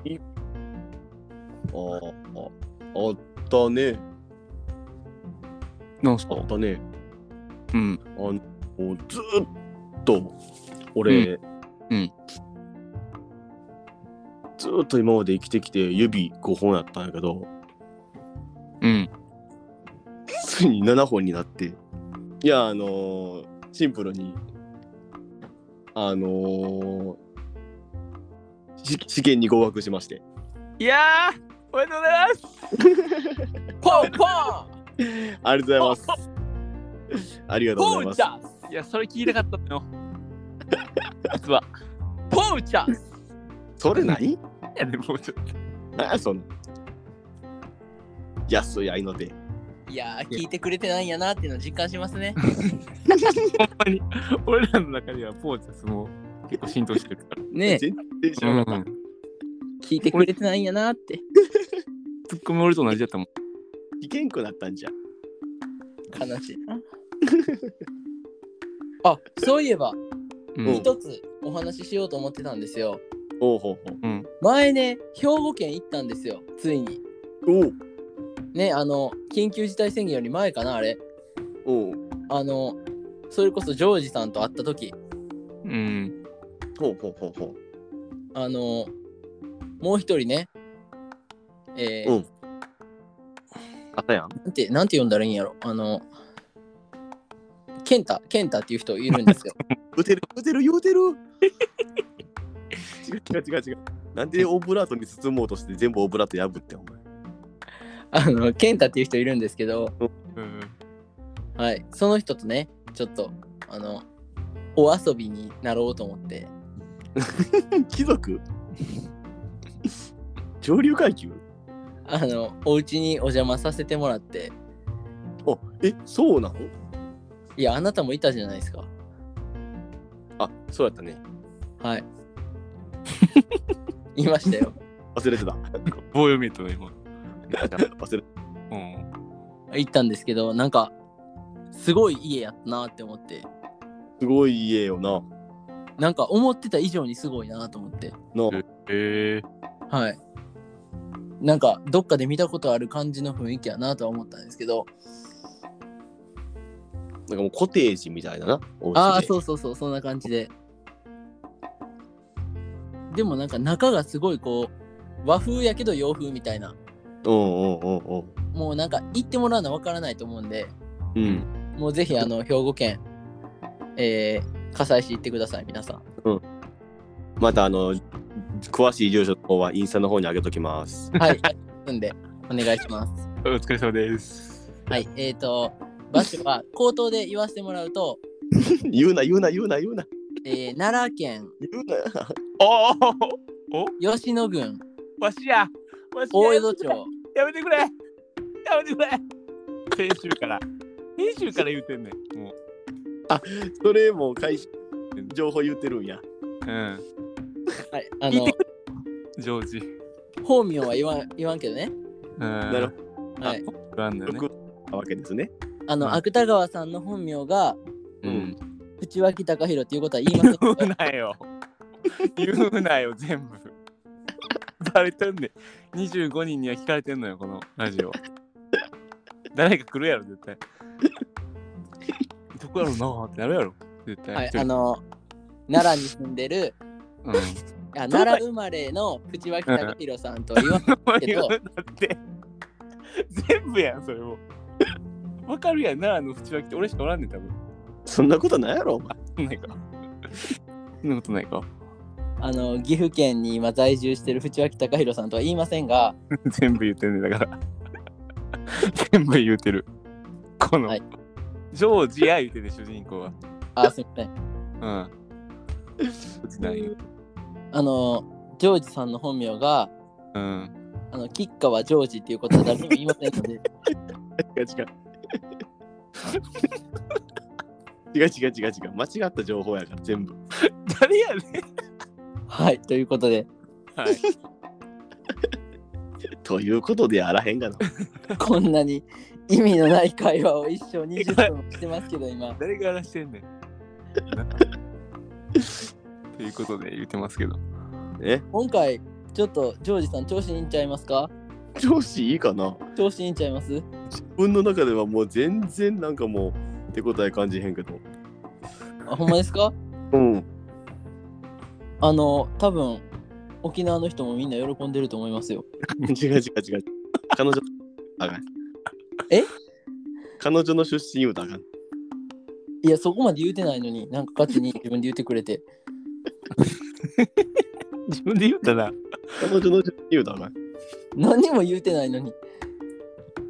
Speaker 3: ああ、あったね。
Speaker 2: なんすか
Speaker 3: あったね。
Speaker 2: うん。
Speaker 3: もうずーっと俺、
Speaker 2: うんうん
Speaker 3: ずーっと今まで生きてきて指5本やったんやけど
Speaker 2: うん。
Speaker 3: ついに7本になっていや、あのーシンプルに、あのーし試験に合格しまして。
Speaker 2: いやー、おめでとうございます。
Speaker 1: ポンポン
Speaker 3: ありがとうございます。ありがとうご
Speaker 1: ポ
Speaker 3: ざい
Speaker 1: ン
Speaker 3: ま
Speaker 1: チ
Speaker 3: す。
Speaker 1: ャス
Speaker 2: いや、それ聞いたかったの よ。実は。
Speaker 1: ポンチャス
Speaker 3: それない
Speaker 2: いや、でももうちょっと。
Speaker 3: 何やその。安い愛の手。
Speaker 1: いやー、聞いてくれてないんやなっていうのを実感しますね。
Speaker 2: 俺らの中ではポーチャスも結構浸透してるか
Speaker 1: ねえ、
Speaker 3: 全然知らな
Speaker 2: ら。
Speaker 3: かった。
Speaker 1: 聞いてくれてないんやなって。
Speaker 4: ツッコミ俺と同じだったもん。
Speaker 3: 危険くなったんじゃん。
Speaker 1: 悲しいな。あ、そういえば、
Speaker 4: う
Speaker 3: お
Speaker 4: ん。
Speaker 1: 一つお話ししようと思ってたんですよ。
Speaker 3: おうほうほう。
Speaker 1: 前ね、兵庫県行ったんですよ、ついに。
Speaker 3: おう
Speaker 1: ね、あの、緊急事態宣言より前かな、あれ。
Speaker 3: おう
Speaker 1: あの、それこそジョージさんと会った時
Speaker 4: うん。
Speaker 3: ほうほうほうほう。
Speaker 1: あの、もう一人ね、えー
Speaker 3: うんあったやん。
Speaker 1: なんて、なんて呼んだらいいんやろ、あの、ケンタ、ケンタっていう人いるんですよ。
Speaker 3: 打てる、打てる、言うて る。違う違う違う違う。なんでオブラートに包もうとして全部オブラート破ってんお前。
Speaker 1: あの、ケンタっていう人いるんですけど、
Speaker 2: うん。
Speaker 1: はい、その人とね、ちょっと、あの、お遊びになろうと思って、
Speaker 3: 貴族 上流階級
Speaker 1: あの、お家にお邪魔させてもらって、
Speaker 3: あえそうなの
Speaker 1: いや、あなたもいたじゃないですか。
Speaker 3: あそうやったね
Speaker 1: はい。言いましたよ。
Speaker 3: 忘れてた
Speaker 4: 棒読みやったの今。
Speaker 3: 忘れて
Speaker 4: うん。
Speaker 1: 行ったんですけど、なんか、すごい家やったなって思って、
Speaker 3: すごい家よな
Speaker 1: なんか思ってた以上にすごいなと思って、
Speaker 3: なあ
Speaker 4: へえ。
Speaker 1: はい。なんか、どっかで見たことある感じの雰囲気やなとは思ったんですけど、
Speaker 3: なんかもうコテージみたいななお家で
Speaker 1: ああ、そうそうそう、そんな感じで。でもなんか中がすごいこう、和風やけど洋風みたいな。
Speaker 3: うんうんうん
Speaker 1: もうなんか行ってもらうのはわからないと思うんで、
Speaker 3: うんうん
Speaker 1: もうぜひあの、兵庫県、えー、加西市行ってください、皆さん。
Speaker 3: またあの詳しい住所の方はインスタの方に上げときます
Speaker 1: はい。なんで、お願いします。
Speaker 4: お疲れ様です。
Speaker 1: はい。えっ、ー、と、場所は、口頭で言わせてもらうと、
Speaker 3: 言うな言うな言うな言うな
Speaker 1: えー、奈良県
Speaker 3: 言うな
Speaker 2: おお
Speaker 1: 吉野郡
Speaker 2: わしやわしや
Speaker 1: 大江戸町。
Speaker 2: やめてくれやめてくれ先週から。先週から言うてんねん。もう。
Speaker 3: それもう回収情報言ってるんや
Speaker 4: うん。
Speaker 1: はい。あ
Speaker 2: 聞い
Speaker 1: の
Speaker 2: て、
Speaker 4: ジョージ。
Speaker 1: 本名は言わん言わんけどね。
Speaker 4: な
Speaker 3: なるほ
Speaker 4: ど。
Speaker 1: はい。
Speaker 4: あんだよね。
Speaker 3: なわけですね
Speaker 1: あ
Speaker 4: うん
Speaker 1: の、芥川さんの本名が、
Speaker 3: うん
Speaker 1: 内脇隆弘っていうことは言いません
Speaker 2: 言う なよ。言うなよ、全部。
Speaker 4: バレてんねん。25人には聞かれてんのよ、このラジオ。誰か来るやろ、絶対。どこやろうなーってなるやろ、絶対。
Speaker 1: はい
Speaker 4: 一。人
Speaker 1: あ、の、奈良に住んでる、
Speaker 4: うん。
Speaker 1: あ奈良生まれの内脇隆弘さんと言わんけ
Speaker 4: 言う
Speaker 1: ど
Speaker 4: な、って。全部やん、それも。わかるやん、奈良の淵脇って俺しかおらんねん、多分。
Speaker 3: そんなことないやろお前
Speaker 4: そんないか。そんなことないか。
Speaker 1: あの、岐阜県に今在住してる内脇隆弘さんとは言いませんが、
Speaker 4: 全部言ってんねんだから。全部言うてる。この、
Speaker 1: はい
Speaker 4: ジョージや言うてる主人公は。
Speaker 1: あ、すみません。
Speaker 4: うん。ないよ。
Speaker 1: あの、ジョージさんの本名が、
Speaker 4: うん。
Speaker 1: あの、吉川ジョージっていうことは誰も言いませんので、
Speaker 3: 違う違う違う違う違う違う間違った情報やから全部
Speaker 4: 誰やねん。
Speaker 1: はい、ということで、
Speaker 4: はい。
Speaker 3: ということであらへんがな
Speaker 1: こんなに意味のない会話を一生20分してますけど、今。
Speaker 4: 誰が話してんねん。ということで言ってますけど。
Speaker 3: ね
Speaker 1: 今回、ちょっとジョージさん、調子にいっちゃいますか
Speaker 3: 調子いいかな
Speaker 1: 調子にいっちゃいます
Speaker 3: 自分の中ではもう全然なんかもう手応え感じへんけど
Speaker 1: あ、ほんまですか
Speaker 3: うん
Speaker 1: あの、多分沖縄の人もみんな喜んでると思いますよ。
Speaker 3: 違う違う違う彼女あかん
Speaker 1: え
Speaker 3: 彼女の出身言うたらあかん
Speaker 1: いや、そこまで言うてないのに、なんかガチ に自分で言ってくれて。
Speaker 2: 自分で言ったな。
Speaker 3: 彼女の自由だな。
Speaker 1: 何も言うてないのに。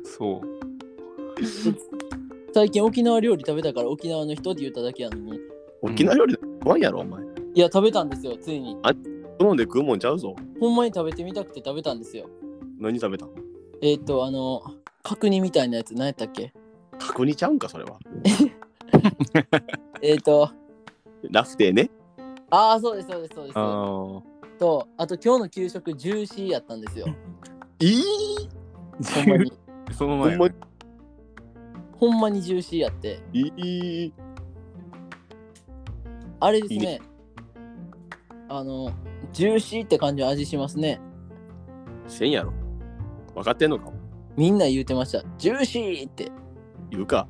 Speaker 4: そう。
Speaker 1: 最近沖縄料理食べたから沖縄の人って言っただけやのに。
Speaker 3: 沖縄料理怖いやろ、お前。
Speaker 1: いや、食べたんですよ、ついに。
Speaker 3: 飲んで食うもんちゃうぞ。
Speaker 1: ほんまに食べてみたくて食べたんですよ。
Speaker 3: 何食べたの
Speaker 1: えっ、と、あの、角煮みたいなやつ、何やったっけ
Speaker 3: 角煮ちゃうんか、それは。
Speaker 1: えっ、と、
Speaker 3: ラフテーね。
Speaker 1: ああ、そうです、そうです、そうです。
Speaker 4: あ
Speaker 1: と、あと今日の給食、ジューシーやったんです よ。
Speaker 3: いい
Speaker 1: ほんま
Speaker 4: あ。
Speaker 1: に。
Speaker 4: その
Speaker 3: ほ
Speaker 4: 前
Speaker 3: んま
Speaker 1: ほんまにジューシーやって。
Speaker 3: いい。
Speaker 1: あれですね。
Speaker 3: いいね
Speaker 1: あの、ジューシーって感じの味しますね。
Speaker 3: せんやろ。分かってんのか
Speaker 1: みんな言うてました。ジューシーって
Speaker 3: 言うか。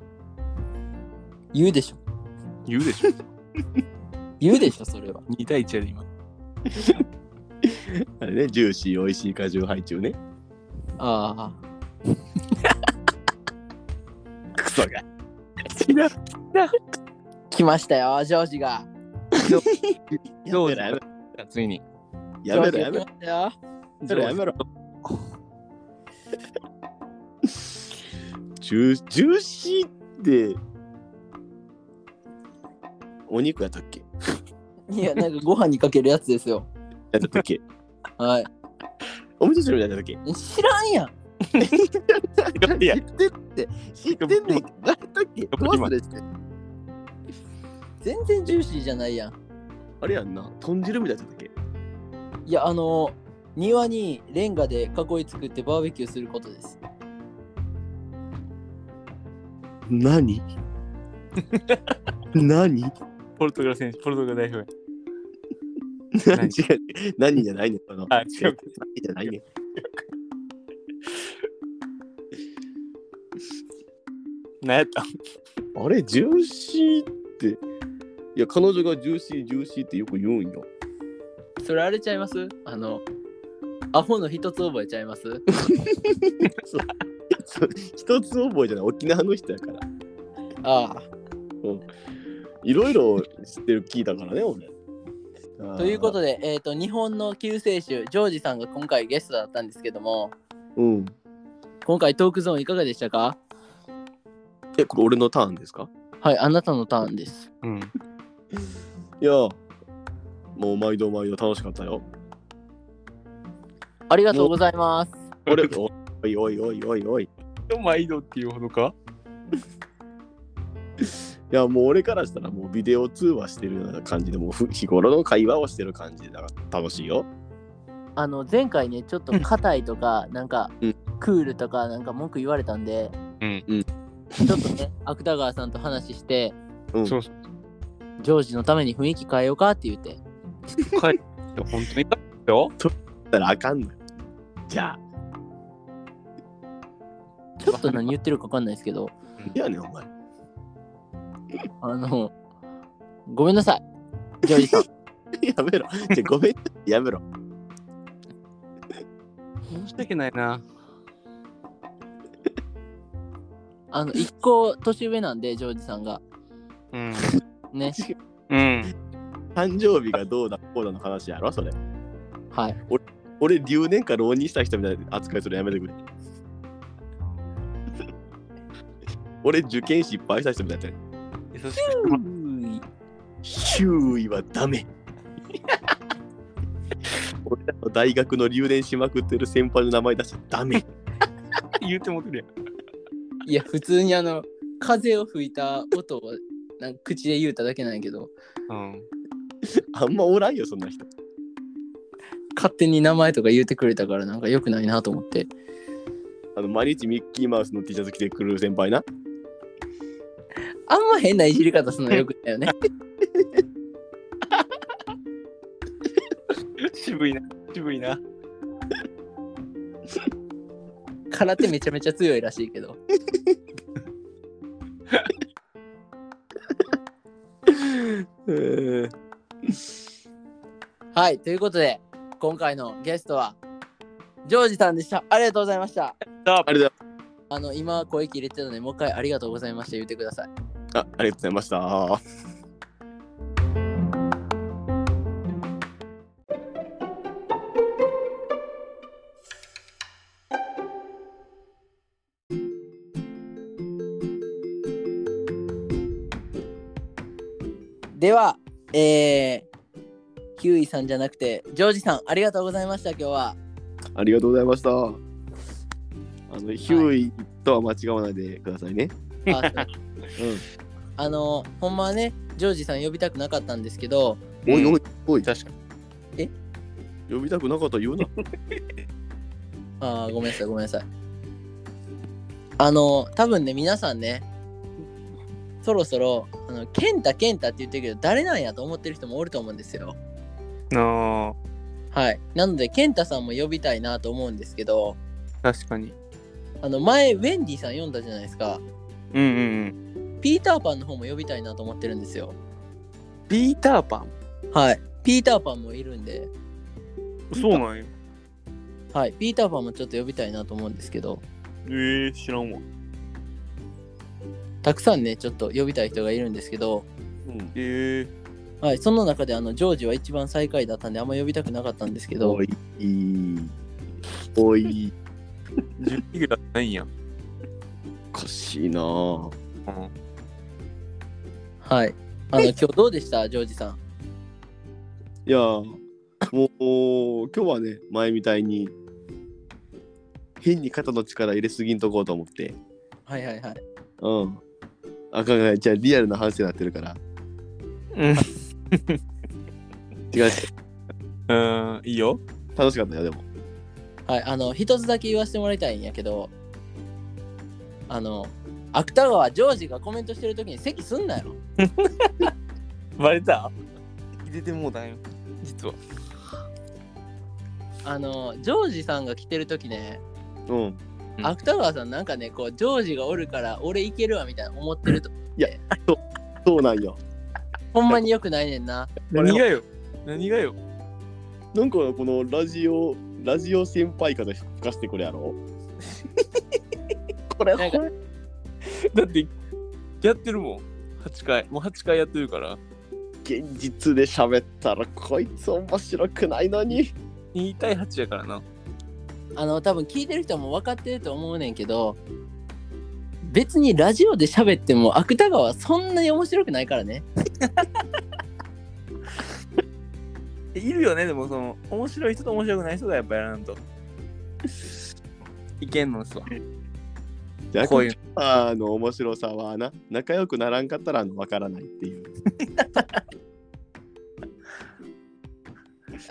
Speaker 1: 言うでしょ。
Speaker 4: 言うでしょ。
Speaker 1: 言うでしょ、それは。
Speaker 4: 2対1やで今。
Speaker 3: あれね、ジューシー、美味しい果汁配中ね。
Speaker 1: あ
Speaker 3: クソが。
Speaker 1: あ、来ましたよ、ジョージが。
Speaker 3: やめろ、やめろ。
Speaker 4: ついに。
Speaker 3: やめろ、
Speaker 1: ジョ
Speaker 3: や
Speaker 1: ージ
Speaker 3: めろ
Speaker 1: が来ましたよ。
Speaker 3: やめろ。やめろジュージューシーって、お肉やったっけ
Speaker 1: いや、なんかご飯にかけるやつですよ。
Speaker 3: やったっけ
Speaker 1: はい。
Speaker 3: お味噌汁みたいなやったっ
Speaker 1: 知らんやん。
Speaker 3: けいや、知ってって、知ってんねん。やったっけどうするって。
Speaker 1: 全然ジューシーじゃないやん。
Speaker 3: あれやんな、豚汁みたいなやつやったっ
Speaker 1: いや、あの、庭にレンガで囲い作ってバーベキューすることです。
Speaker 3: け 何何
Speaker 4: ポルトガル選手、ポルトガル代表
Speaker 3: 何違う何じゃないねん、その。
Speaker 4: あ違う
Speaker 3: 何じゃないねん。
Speaker 4: 何やった
Speaker 3: あれ、ジューシーって。いや、彼女がジューシー、ジューシーってよく言うんよ。
Speaker 1: それあれちゃいますあの、アホの一つ覚えちゃいます
Speaker 3: そう一つ覚えじゃない、沖縄の人やから。
Speaker 1: あ
Speaker 3: いろいろ知ってる聞いたからね、俺。。
Speaker 1: あ。ということとで、えっ、と、日本の救世主、ジョージさんが今回ゲストだったんですけども、
Speaker 3: うん。
Speaker 1: 今回トークゾーンいかがでしたか
Speaker 3: え、これ俺のターンですか
Speaker 1: はい、あなたのターンです。
Speaker 4: うん。
Speaker 3: いや、もう毎度毎度楽しかったよ。
Speaker 1: ありがとうございます。
Speaker 3: 俺、おおいおいおいおいおい。い
Speaker 4: 毎度っていうほどか
Speaker 3: や、もう俺からしたらもうビデオ通話してるような感じで、もうふ 日頃の会話をしてる感じで、だから楽しいよ。
Speaker 1: あの、前回ね、ちょっと硬いとか、なんか
Speaker 3: うん、
Speaker 1: クールとか、なんか文句言われたんで、
Speaker 4: うん
Speaker 3: うん
Speaker 1: ちょっとね、芥川さんと話して、
Speaker 3: うん
Speaker 4: そう
Speaker 1: ジョージのために雰囲気変えようかって言って。
Speaker 4: 帰って、本当に帰ったよ。
Speaker 3: だからあかんのよ。じゃあ、
Speaker 1: ちょっと何言ってるか分かんないですけど、
Speaker 3: いやねん、お前。
Speaker 1: あの、ごめんなさい、ジョージ さん。
Speaker 3: やめろ。じゃあごめん、やめろ。
Speaker 4: 申し訳ないな。
Speaker 1: あの、一個年上なんで、ジョージさんが。
Speaker 4: うん。
Speaker 1: ね。
Speaker 4: うん。
Speaker 3: 誕生日がどうだこうだの話やろ、それ。
Speaker 1: はい。
Speaker 3: 俺、留年か浪人した人みたいな扱いするのやめてくれ。 俺、受験失敗した人みたいな。
Speaker 4: 優し
Speaker 3: 周囲はダメ。俺らの大学の留年しまくってる先輩の名前出しちゃダメ。
Speaker 4: く言うてもてる
Speaker 1: いや、普通にあの、風を吹いた音を、なんか口で言うただけなんやけど、
Speaker 4: やん。うん。
Speaker 3: あんまおらんよ、そんな人。
Speaker 1: 勝手に名前とか言うてくれたから、なんか良くないなと思って。
Speaker 3: あの、毎日ミッキーマウスの T シャツ着てくる先輩な。
Speaker 1: あんま変ないじり方するのよくないよね。
Speaker 4: 渋いな。渋いな。
Speaker 1: 空手めちゃめちゃ強いらしいけど。
Speaker 3: えー
Speaker 1: はい、ということで、今回のゲストは、ジョージさんでした。ありがとうございました。
Speaker 3: あれだ。
Speaker 1: あの、今声切れてたので、もう一回ありがとうございました言ってください。
Speaker 3: あありがとうございました。
Speaker 1: では、えー、キウイさんじゃなくて、ジョージさん、ありがとうございました、今日は。
Speaker 3: ありがとうございました。あの、ヒューイとは間違わないでくださいね。
Speaker 1: あそうあの、ほんまはね、ジョージさん呼びたくなかったんですけど、
Speaker 3: うん。おいおいおい。
Speaker 7: 確かに。
Speaker 1: え
Speaker 3: 呼びたくなかったら言うな。
Speaker 1: あーごめんなさい、ごめんなさい。あの、多分ね、皆さんね、そろそろ、あの、ケンタケンタって言ってるけど、誰なんやと思ってる人もおると思うんですよ。
Speaker 2: あ
Speaker 1: はい。なので、ケンタさんも呼びたいなと思うんですけど、
Speaker 2: ー確かに。
Speaker 1: あの、前、ウェンディさん読んだじゃないですか。
Speaker 2: うんうんうん。
Speaker 1: ピーターパンの方も呼びたいなと思ってるんですよ。
Speaker 2: ピーターパン
Speaker 1: はい。ピーターパンもいるんで、
Speaker 2: そうなんや。
Speaker 1: はい。ピーターパンもちょっと呼びたいなと思うんですけど、
Speaker 2: えー、知らんわ。
Speaker 1: たくさんね、ちょっと呼びたい人がいるんですけど、
Speaker 3: うん。
Speaker 2: えー、
Speaker 1: はい。その中で、あの、ジョージは一番最下位だったんで、あんま呼びたくなかったんですけど
Speaker 3: お、い。おい。
Speaker 2: 準レギュラーないんや。
Speaker 3: おかしいな
Speaker 2: う
Speaker 3: ぁ。
Speaker 2: ん。
Speaker 1: はい。あの、今日どうでした、ジョージさん。
Speaker 3: いやぁ、もう、今日はね、前みたいに、変に肩の力入れすぎんとこうと思って。
Speaker 1: はいはいはい。
Speaker 3: うん。あかんがじゃあリアルな反省になってるから。
Speaker 2: うん
Speaker 3: 違う。
Speaker 2: うん、いいよ。
Speaker 3: 楽しかったよ、でも。
Speaker 1: はい、あの、一つだけ言わせてもらいたいんやけど、あの、芥川ジョージがコメントしてるときに席すんなよ。
Speaker 2: バレた出てもうだよ。実は。
Speaker 1: あの、ジョージさんが来てるときね、
Speaker 3: うん。
Speaker 2: うん
Speaker 1: 芥川さんなんかね、こう、ジョージがおるから俺いけるわみたいな思ってると、
Speaker 3: そうなんよ。
Speaker 1: ほんまによくないねんな。
Speaker 2: 何がよ何がよ
Speaker 3: なんかこのラジオ、ラジオ先輩風吹かしてくれ やろ
Speaker 2: これ
Speaker 1: なんか
Speaker 2: だって、やってるもん。8回。もう8回やってるから。
Speaker 3: 現実で喋ったらこいつ面白くないのに。
Speaker 2: 2対8やからな。
Speaker 1: あの、多分聞いてる人も分かってると思うねんけど、別にラジオで喋っても芥川そんなに面白くないからね。
Speaker 2: いるよね、でもその、面白い人と面白くない人がやっぱやらんと。いけんのっすわ。こういう。
Speaker 3: あの面白さはな、仲良くならんかったらあのわからないっていう。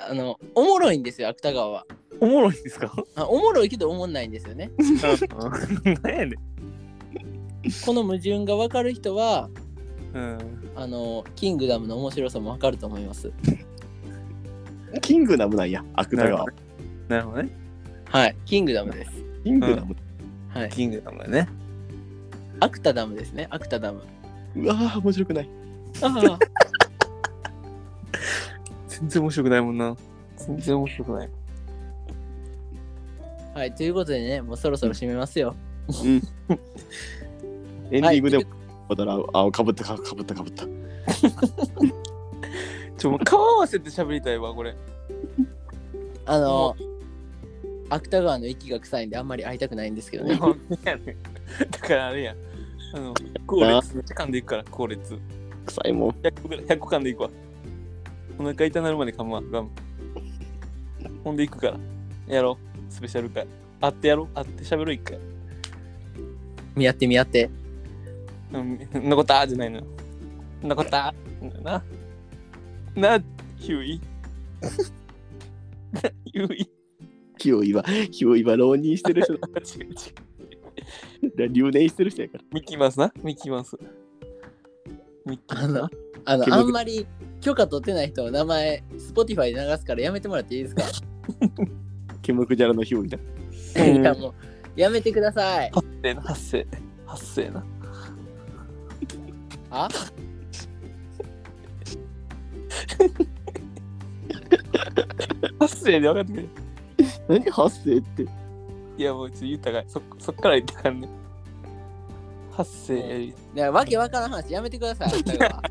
Speaker 1: あの、おもろいんですよ、芥川は。
Speaker 2: おもろいですか
Speaker 1: あおもろいけどおもんないんですよね。
Speaker 2: 何やねん。
Speaker 1: この矛盾が分かる人は
Speaker 2: うん。
Speaker 1: あのキングダムの面白さも分かると思います
Speaker 3: キングダムなんや、芥
Speaker 2: なる
Speaker 3: 川
Speaker 2: ほ。どね。なるほどね。
Speaker 1: はいキングダムです
Speaker 3: キングダム。
Speaker 1: はい
Speaker 2: キングダムだね。
Speaker 1: アクタダムですねアクタダム
Speaker 3: うわぁ、面白くない。
Speaker 1: あ
Speaker 2: 全然面白くないもんな。全然面白くない。
Speaker 1: あ はいということでねもうそろそろ締めますよ
Speaker 3: エンデ
Speaker 1: はい
Speaker 3: ィングでも、またら、あ、かぶったかかぶったかぶった。
Speaker 2: ちょ、もう顔合わせて喋りたいわ、 これ。
Speaker 1: あの芥川の息が臭いんであんまり会いたくないんですけどね
Speaker 2: やねだからあれや。あの、後列、めっちゃ噛んでいくから、後列。
Speaker 3: 臭いもん。
Speaker 2: 100個ぐらい、100個噛んでいくわ。お腹痛なるまで噛むわ、ガム。ほんでいくから。やろう、スペシャル回。会ってやろう、会って喋ろう、一回。
Speaker 1: 見合って見合って
Speaker 2: うん、残ったじゃないのよ。残ったな。な、ヒューイ。 ヒューイ。
Speaker 3: キウイは、キウイは浪人してる 人だ、
Speaker 2: 違う違う。
Speaker 3: 留年してる人やから。
Speaker 2: ミッキーマウスな、ミッキーマウス。ミッキーマ
Speaker 1: あ
Speaker 2: ウス
Speaker 1: の
Speaker 2: な。
Speaker 1: あ
Speaker 3: キン
Speaker 1: の
Speaker 3: グ
Speaker 1: あんまり許可取ってない人の名前 Spotify で流すからやめてもらっていいですか
Speaker 3: ケムクジャラのヒウイだ。
Speaker 2: うん
Speaker 1: いやもうやめてください
Speaker 2: 発生な、発生。発生な。
Speaker 1: あ
Speaker 2: 発生で分かってくれ。
Speaker 3: 何発生って。
Speaker 2: いやもうちょっと言ったからそそっから言ったからね。発発生。
Speaker 1: ねわけわからん話やめてください。明日は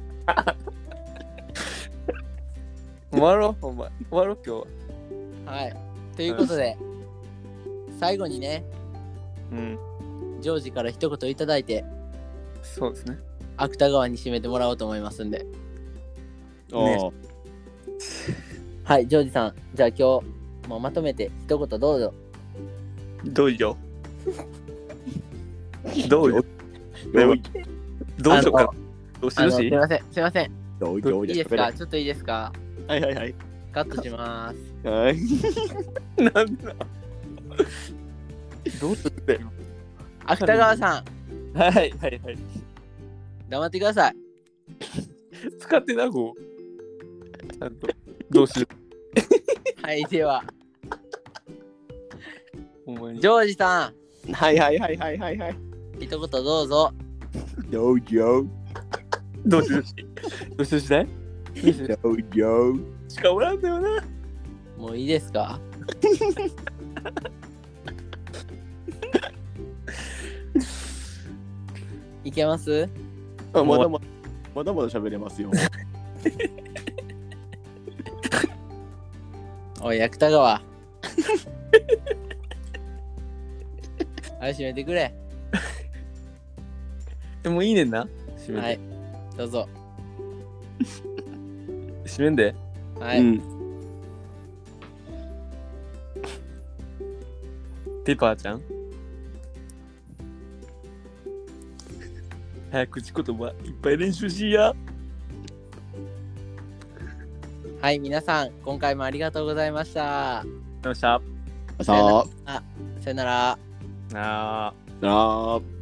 Speaker 2: 終わろう、お前。終わろう、今日は。
Speaker 1: はい。ということで、最後にね、
Speaker 2: うん。
Speaker 1: ジョージから一言いただいて、
Speaker 2: そうですね。
Speaker 1: 芥川に締めてもらおうと思いますんで。
Speaker 3: あ
Speaker 1: はい、ジョージさん、じゃあ今日、もうまとめて一言どうぞ。
Speaker 2: どう よ。どうよ。
Speaker 3: あ。
Speaker 2: どうどうしようか。どうし
Speaker 1: あ
Speaker 2: よ
Speaker 1: の
Speaker 2: う
Speaker 1: すい
Speaker 2: し。
Speaker 1: ません、すいません。
Speaker 3: どう
Speaker 1: いいですかちょっといいですか
Speaker 3: はいはいはい。
Speaker 1: カットします。
Speaker 3: はい。
Speaker 2: なんだ。どうすって。
Speaker 1: 芥川さん、
Speaker 2: はいはいはい。
Speaker 1: 黙ってください。
Speaker 2: 使ってな、こう。ちゃんと。どうしよ
Speaker 1: はい、では、
Speaker 2: う。お前に
Speaker 1: ジ。ョージさ
Speaker 3: はいはいはいはいはいはい。
Speaker 1: ん、一言どうぞ。
Speaker 3: どうよ。
Speaker 2: どうしようし。 どうしようしない
Speaker 3: どうよ。
Speaker 2: しかおらんだよな。
Speaker 1: もういいですかいけます
Speaker 3: あまだまだまだまだ喋れますよ。
Speaker 1: おい、芥 川。はい、閉めてくれ。
Speaker 2: でもいいねんな。閉
Speaker 1: は
Speaker 2: め
Speaker 1: い
Speaker 2: て。、
Speaker 1: どうぞ。
Speaker 2: 閉めんで。
Speaker 1: は
Speaker 3: う
Speaker 1: い、
Speaker 3: ん。
Speaker 2: ペパーちゃん。早口言葉いっぱい練習しや。
Speaker 1: はい、皆さん、今回もありがとうございました。
Speaker 2: よっしゃ。
Speaker 3: さあ。
Speaker 1: さよなら。
Speaker 2: あー。
Speaker 3: さあ。